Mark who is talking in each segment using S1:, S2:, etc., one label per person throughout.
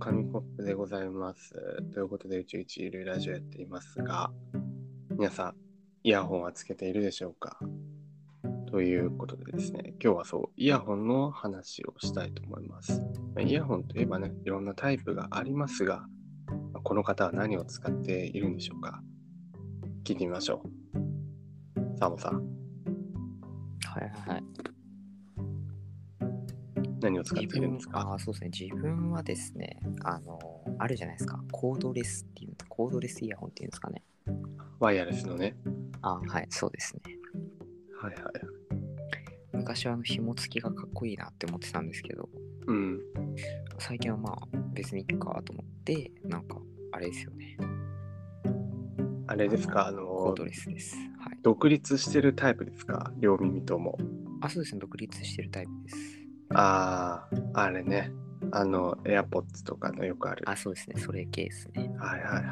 S1: 紙コップでございます。ということで、宇宙一いるラジオやっていますが、皆さん、イヤホンはつけているでしょうかということでですね、今日はそう、イヤホンの話をしたいと思います。まあイヤホンといえばね、いろんなタイプがありますが、まあこの方は何を使っているんでしょうか聞いてみましょう。サモさん、
S2: はいはい
S1: 何を使っ
S2: 自
S1: ているん
S2: 分
S1: ですか
S2: あーそうですね自分はですねあのあるじゃないですかコードレスっていうコードレスイヤホンっていうんですかね
S1: ワイヤレスのね。
S2: あーはいそうですね
S1: はいはい。
S2: 昔はあの紐付きがかっこいいなって思ってたんですけど
S1: うん。
S2: 最近はまあ別にいいかと思ってなんかあれですよね
S1: あれですか、あ
S2: コー
S1: の
S2: ド、レスですはい
S1: 独立してるタイプですか両耳とも。
S2: あそうですね独立してるタイプです
S1: ああ、あれね。あの、AirPods とかのよくある。は
S2: あそうですねそれ系ですね
S1: いはいはいはい。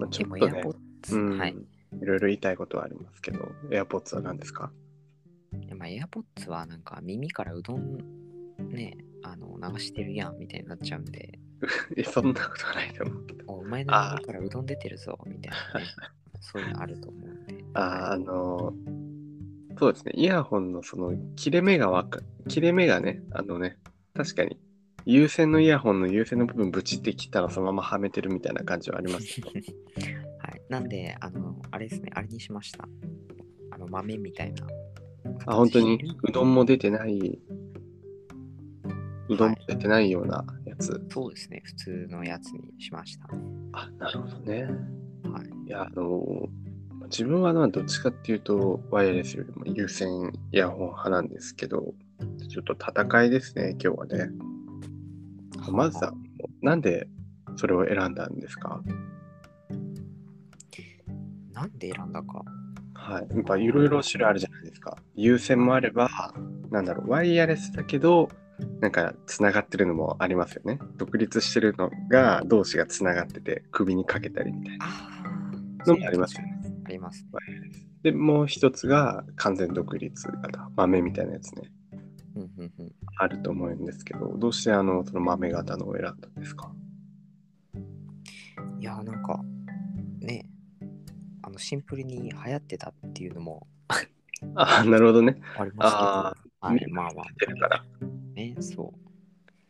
S1: まあ、ち
S2: で
S1: ょ
S2: も
S1: っ
S2: エ
S1: と
S2: ア
S1: ね
S2: ポッ、ツ
S1: うん
S2: はい
S1: いろいろ言いたいことはありますけど、AirPods は何ですか
S2: いやまあ、AirPods はなんか耳からうどんね、あの流してるやんみたいになっちゃうんで、
S1: え、そんなことはないと思うけど。
S2: おお前の
S1: あー
S2: 耳からうどん出てるぞみたいな、ね、 そういうのあると思うんで。
S1: あーあの、そうですね。イヤホンのその切れ目がわか、切れ目がね、あのね、確かに、有線のイヤホンの有線の部分ブチって切ったらそのままはめてるみたいな感じはありますけど。
S2: はい、なんで、あの、あれですね、あれにしました。あの、豆みたいな。
S1: あ、本当に
S2: 形してる
S1: うどんも出てない、うどんも出てないようなやつ。
S2: そうですね、普通のやつにしました。
S1: あ、なるほどね。
S2: はい。
S1: いや、あの、自分はなどっちかっていうと、ワイヤレスよりも有線イヤホン派なんですけど、ちょっと戦いですね、今日はね。まずさ、なんでそれを選んだんですか
S2: なんで選んだか。
S1: はい。やっぱいろいろ種類あるじゃないですか。有線もあれば、なんだろう、ワイヤレスだけど、なんかつながってるのもありますよね。独立してるのが、同士がつながってて、首にかけたりみたいな。
S2: ああ。
S1: のもありますよ
S2: ね。ありますね。
S1: で、もう一つが完全独立型、豆みたいなやつね、
S2: うんうんうん。
S1: あると思うんですけど、どうしてあの、その豆型のを選んだんですか
S2: いやーなんかねあのシンプルに流行ってたっていうのも
S1: ああ、なるほどね。
S2: あり
S1: あ
S2: ますけどはいまあま
S1: 出てるから。
S2: あねそ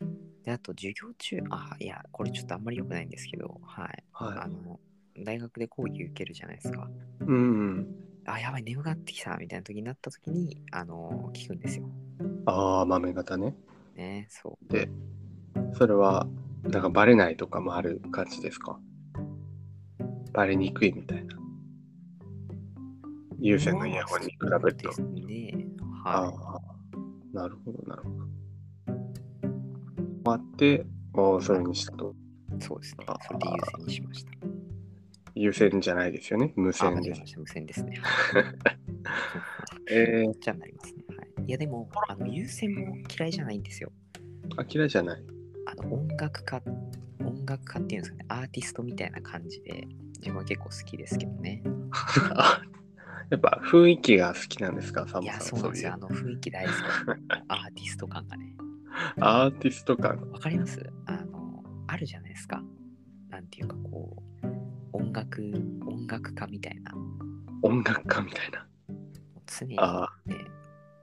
S2: うであと授業中あいやこれちょっとあんまり良くないんですけどはい
S1: は
S2: あ
S1: い。
S2: の大学で講義受けるじゃないですか
S1: うん。
S2: あやばい眠くなってきたみたいな時になった時にあの聞くんですよ
S1: ああ、豆型ね。
S2: ねそう
S1: で、それは、なんかバレないとかもある感じですかバレにくいみたいな。有線のイヤホンに比べると
S2: まあ。そうですね
S1: あ
S2: は
S1: あ、なるほど、なるほど。あって、ああ、それにしたと。
S2: いそうですね
S1: あ
S2: それで優先にしました
S1: 有線じゃないですよね。無
S2: あ
S1: 線
S2: 間違
S1: で
S2: え
S1: す
S2: ま。した無線ですね
S1: えー、
S2: じゃあなりますね。はい、いやでもあの優先も嫌いじゃないんですよ。
S1: あ、嫌いじゃない。
S2: あの音楽家音楽家っていうんですかねアーティストみたいな感じで自分は結構好きですけどね。
S1: やっぱ雰囲気が好きなんですか、サ
S2: い
S1: ム
S2: や
S1: さん。
S2: そうなんですよ。あ
S1: い
S2: の雰囲 気大好き。アーティスト感がね。
S1: アーティスト感。
S2: わかりますあのあるじゃないですか。なんていうかこう音楽音楽家みたいな
S1: 音楽家みたいな。
S2: 常に、ね
S1: ああ、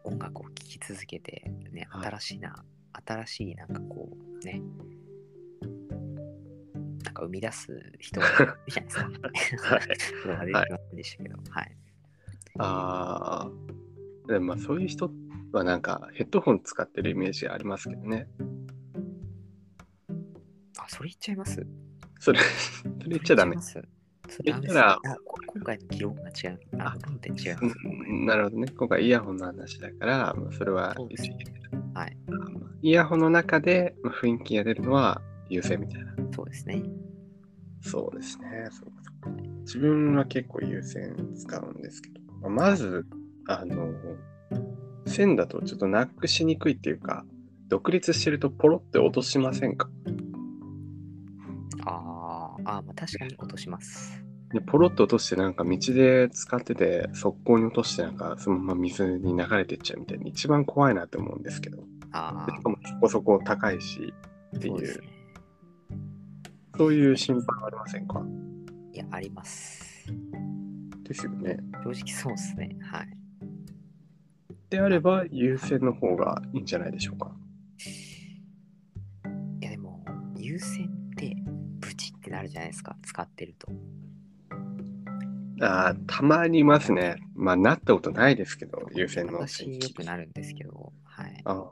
S2: 音楽を聴き続けて、ね、
S1: はい
S2: 新しいな、新しいなんかこうねなんか生み出す人がいるじゃないですか。
S1: はい
S2: そ れは出てきませんでしたけど、はい。
S1: ああ。でもまあそういう人はなんかヘッドホン使ってるイメージありますけどね。
S2: あ、それ言っちゃいます。
S1: それ、それ言っちゃダメ。
S2: それ
S1: 言
S2: 言
S1: っ
S2: っ
S1: ち
S2: ち
S1: ゃ
S2: ゃ
S1: ダメ
S2: ダメですいやこ今回の議論が違う。
S1: あ
S2: あの論点違います。
S1: うんなるほどね。今回イヤホンの話だから、まあそれは
S2: そうですねはい。
S1: イヤホンの中でまあ雰囲気が出るのは優先みたいな。
S2: そうですね。
S1: そうですね。そうかそうか自分は結構優先使うんですけど、まあまず、あの、線だとちょっとナックしにくいっていうか、独立してるとポロって落としませんか
S2: あーあー、まあ確かに落とします。
S1: で、ポロッと落として、なんか道で使ってて、速攻に落として、なんかそのまま水に流れてっちゃうみたいな、一番怖いなって思うんですけど、
S2: あ
S1: でしかもそこそこ高いし、ってい
S2: そう
S1: う、
S2: です
S1: そう
S2: ね。
S1: いう心配はありませんか
S2: いや、あります。
S1: ですよね。
S2: 正直そうですね。はい。
S1: であれば、優先の方がいいんじゃないでしょうか。
S2: いや、でも、優先って、ブチってなるじゃないですか、使ってると。
S1: あーたまにいますね。まあ、なったことないですけど、優先の
S2: 私、
S1: 選
S2: よく
S1: 挙。
S2: なるんですけど、はい。
S1: ああ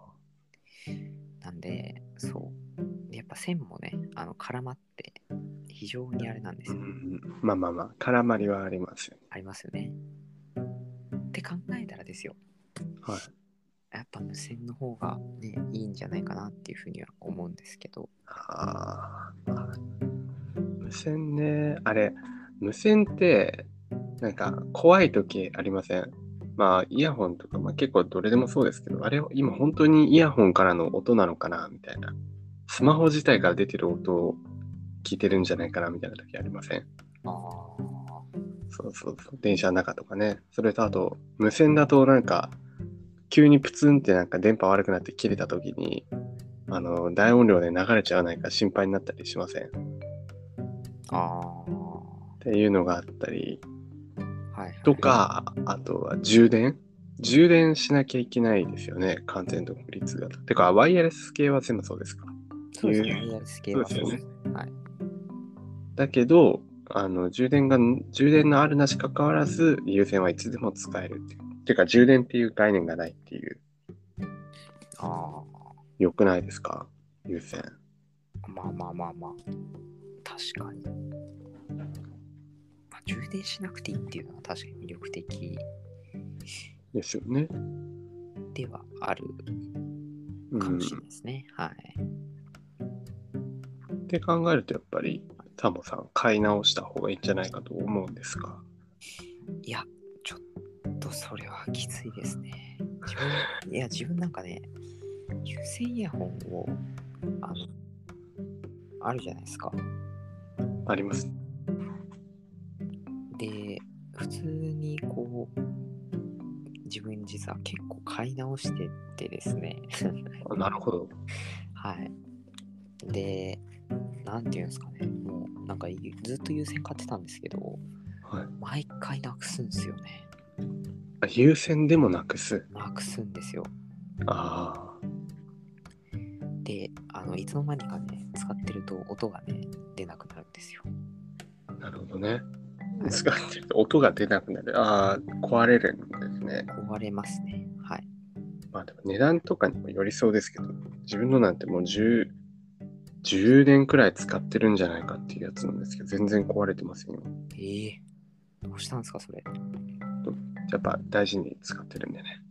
S2: なんで、そう。でやっぱ線もね、あの絡まって、非常にあれなんです
S1: う
S2: よ。
S1: ん、まあまあまあ、絡まりはありますよね。
S2: ありますよね。って考えたらですよ。
S1: はい。
S2: やっぱ無線の方がね、いいんじゃないかなっていうふうには思うんですけど。
S1: あーまあ無線ねあれ無線ってなんか怖い時ありませんまあイヤホンとか、まあ、結構どれでもそうですけどあれ今本当にイヤホンからの音なのかなみたいなスマホ自体から出てる音を聞いてるんじゃないかなみたいな時ありません
S2: ああ。
S1: そうそうそう電車の中とかねそれとあと無線だとなんか急にプツンってなんか電波悪くなって切れた時にあの大音量で流れちゃわないか心配になったりしません
S2: ああ。
S1: っていうのがあったり
S2: はい、はい。
S1: と。か、あとは充電充電しなきゃいけないですよね、完全独立型。てか、ワイヤレス系は全部そうですか。
S2: そうですね。リアルスケールは
S1: そうです
S2: はい。
S1: だけど、あの充電が充電のあるなしかかわらず、優先はいつでも使えるっていう。てか、充電っていう概念がないっていう。
S2: あ
S1: 良くないですか優先。
S2: あ。まあまあまあまあ。確かに。まあ、充電しなくていいっていうのは確かに魅力的
S1: ですよね。
S2: ではある
S1: う
S2: か
S1: ん。
S2: も
S1: っ
S2: しれないですね。はい。
S1: て考えると、やっぱり、タモさん、買い直した方がいいんじゃないかと思うんですが。
S2: いや、ちょっとそれはきついですね。自分いや、自分なんかね、有線イヤホンを、あの、あるじゃないですか。
S1: あります。
S2: で、普通にこう、自分実は結構買い直してってですね。
S1: あなるほど。
S2: はい。で、なんていうんですかね、もうなんかゆずっと有線買ってたんですけど、
S1: はい
S2: 毎回なくすんですよね。
S1: あ。優先でもなくす。
S2: なくすんですよ。
S1: ああ。
S2: であのいつの間にかね使ってると音がね出なくなるんですよ
S1: なるほどね。使ってると音が出なくなる。ああ、壊れるんですね。
S2: 壊れますねはい
S1: まあでも値段とかにもよりそうですけど、自分のなんてもう 10, 10年くらい使ってるんじゃないかっていうやつなんですけど、全然壊れてませんよ。
S2: ええどうしたんですかそれ
S1: やっぱ大事に使ってるんでね。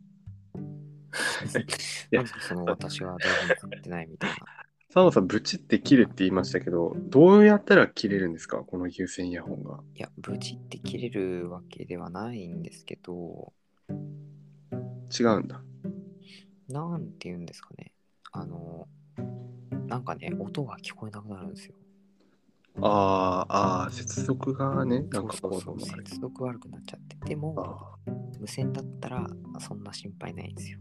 S1: いや
S2: なんでその私は大丈夫使ってないみたいな
S1: サモさん、ブチって切るって言いましたけど、どうやったら切れるんですかこの有線イヤホンが。
S2: いや無事って切れるわけではないんですけど
S1: 違うんだ。
S2: なんて言うんですかねあのなんかね音が聞こえなくなるんですよ
S1: あーあー、接続がね、なんか
S2: そ
S1: こ
S2: う
S1: う
S2: そう
S1: の
S2: そう
S1: あれ
S2: 接続悪くなっちゃってでも
S1: あ
S2: 無線だったらそんな心配ないんですよ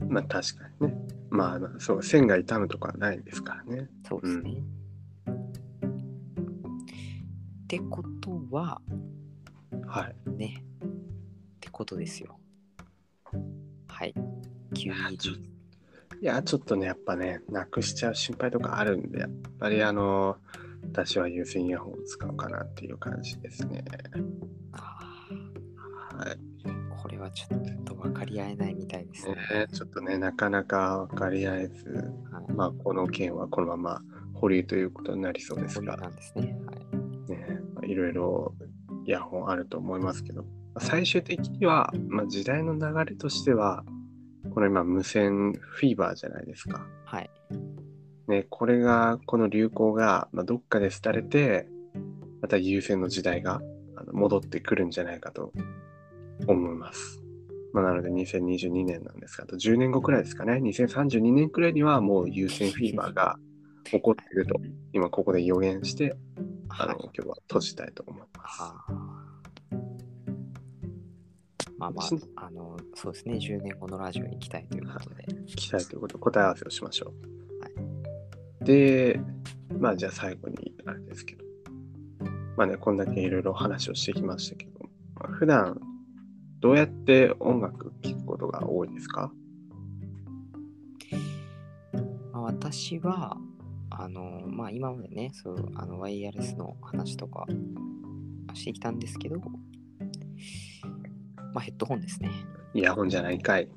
S1: ーまあ確かにね。まあまあ、そう、線が傷むとかはないですからね。
S2: そうですね。ってことは
S1: はい。
S2: ね。ってことですよ。はい。急
S1: いや
S2: に
S1: ちょっいや、ちょっとね、やっぱね、なくしちゃう心配とかあるんで、やっぱりあの、私は有線イヤホンを使うかなっていう感じですね。
S2: あ
S1: はい。
S2: ーこれはちょっと分かり合えないみたいですね。
S1: ねちょっとね、なかなか分かり合えず、
S2: はい
S1: まあ、この件はこのまま保留ということになりそうです
S2: そう
S1: が、
S2: なんですね。はい。
S1: ね、まあいろいろイヤホンあると思いますけど、最終的には、まあ、時代の流れとしては、この今、無線フィーバーじゃないですか。
S2: はい。
S1: ね、これが、この流行が、まあ、どっかで廃れて、また優先の時代があの戻ってくるんじゃないかと思います。まあ、なので2022年なんですが、あと10年後くらいですかね、2032年くらいにはもう優先フィーバーが起こっていると、今ここで予言して、あ
S2: は
S1: の
S2: い
S1: 今日は閉じたいと思います。
S2: あーまあま
S1: ち
S2: あ、あの、そうですね。10年後のラジオに行きたいということで。
S1: 期待ということで答え合わせをしましょう。で、まあじゃあ最後にあれですけど、まあね、こんだけいろいろ話をしてきましたけど、まあ普段どうやって音楽聴くことが多いですか
S2: まあ、私は、あの、まあ今までね、そう、あの、ワイヤレスの話とかしてきたんですけど、まあヘッドホンですね。
S1: イヤホンじゃないかい。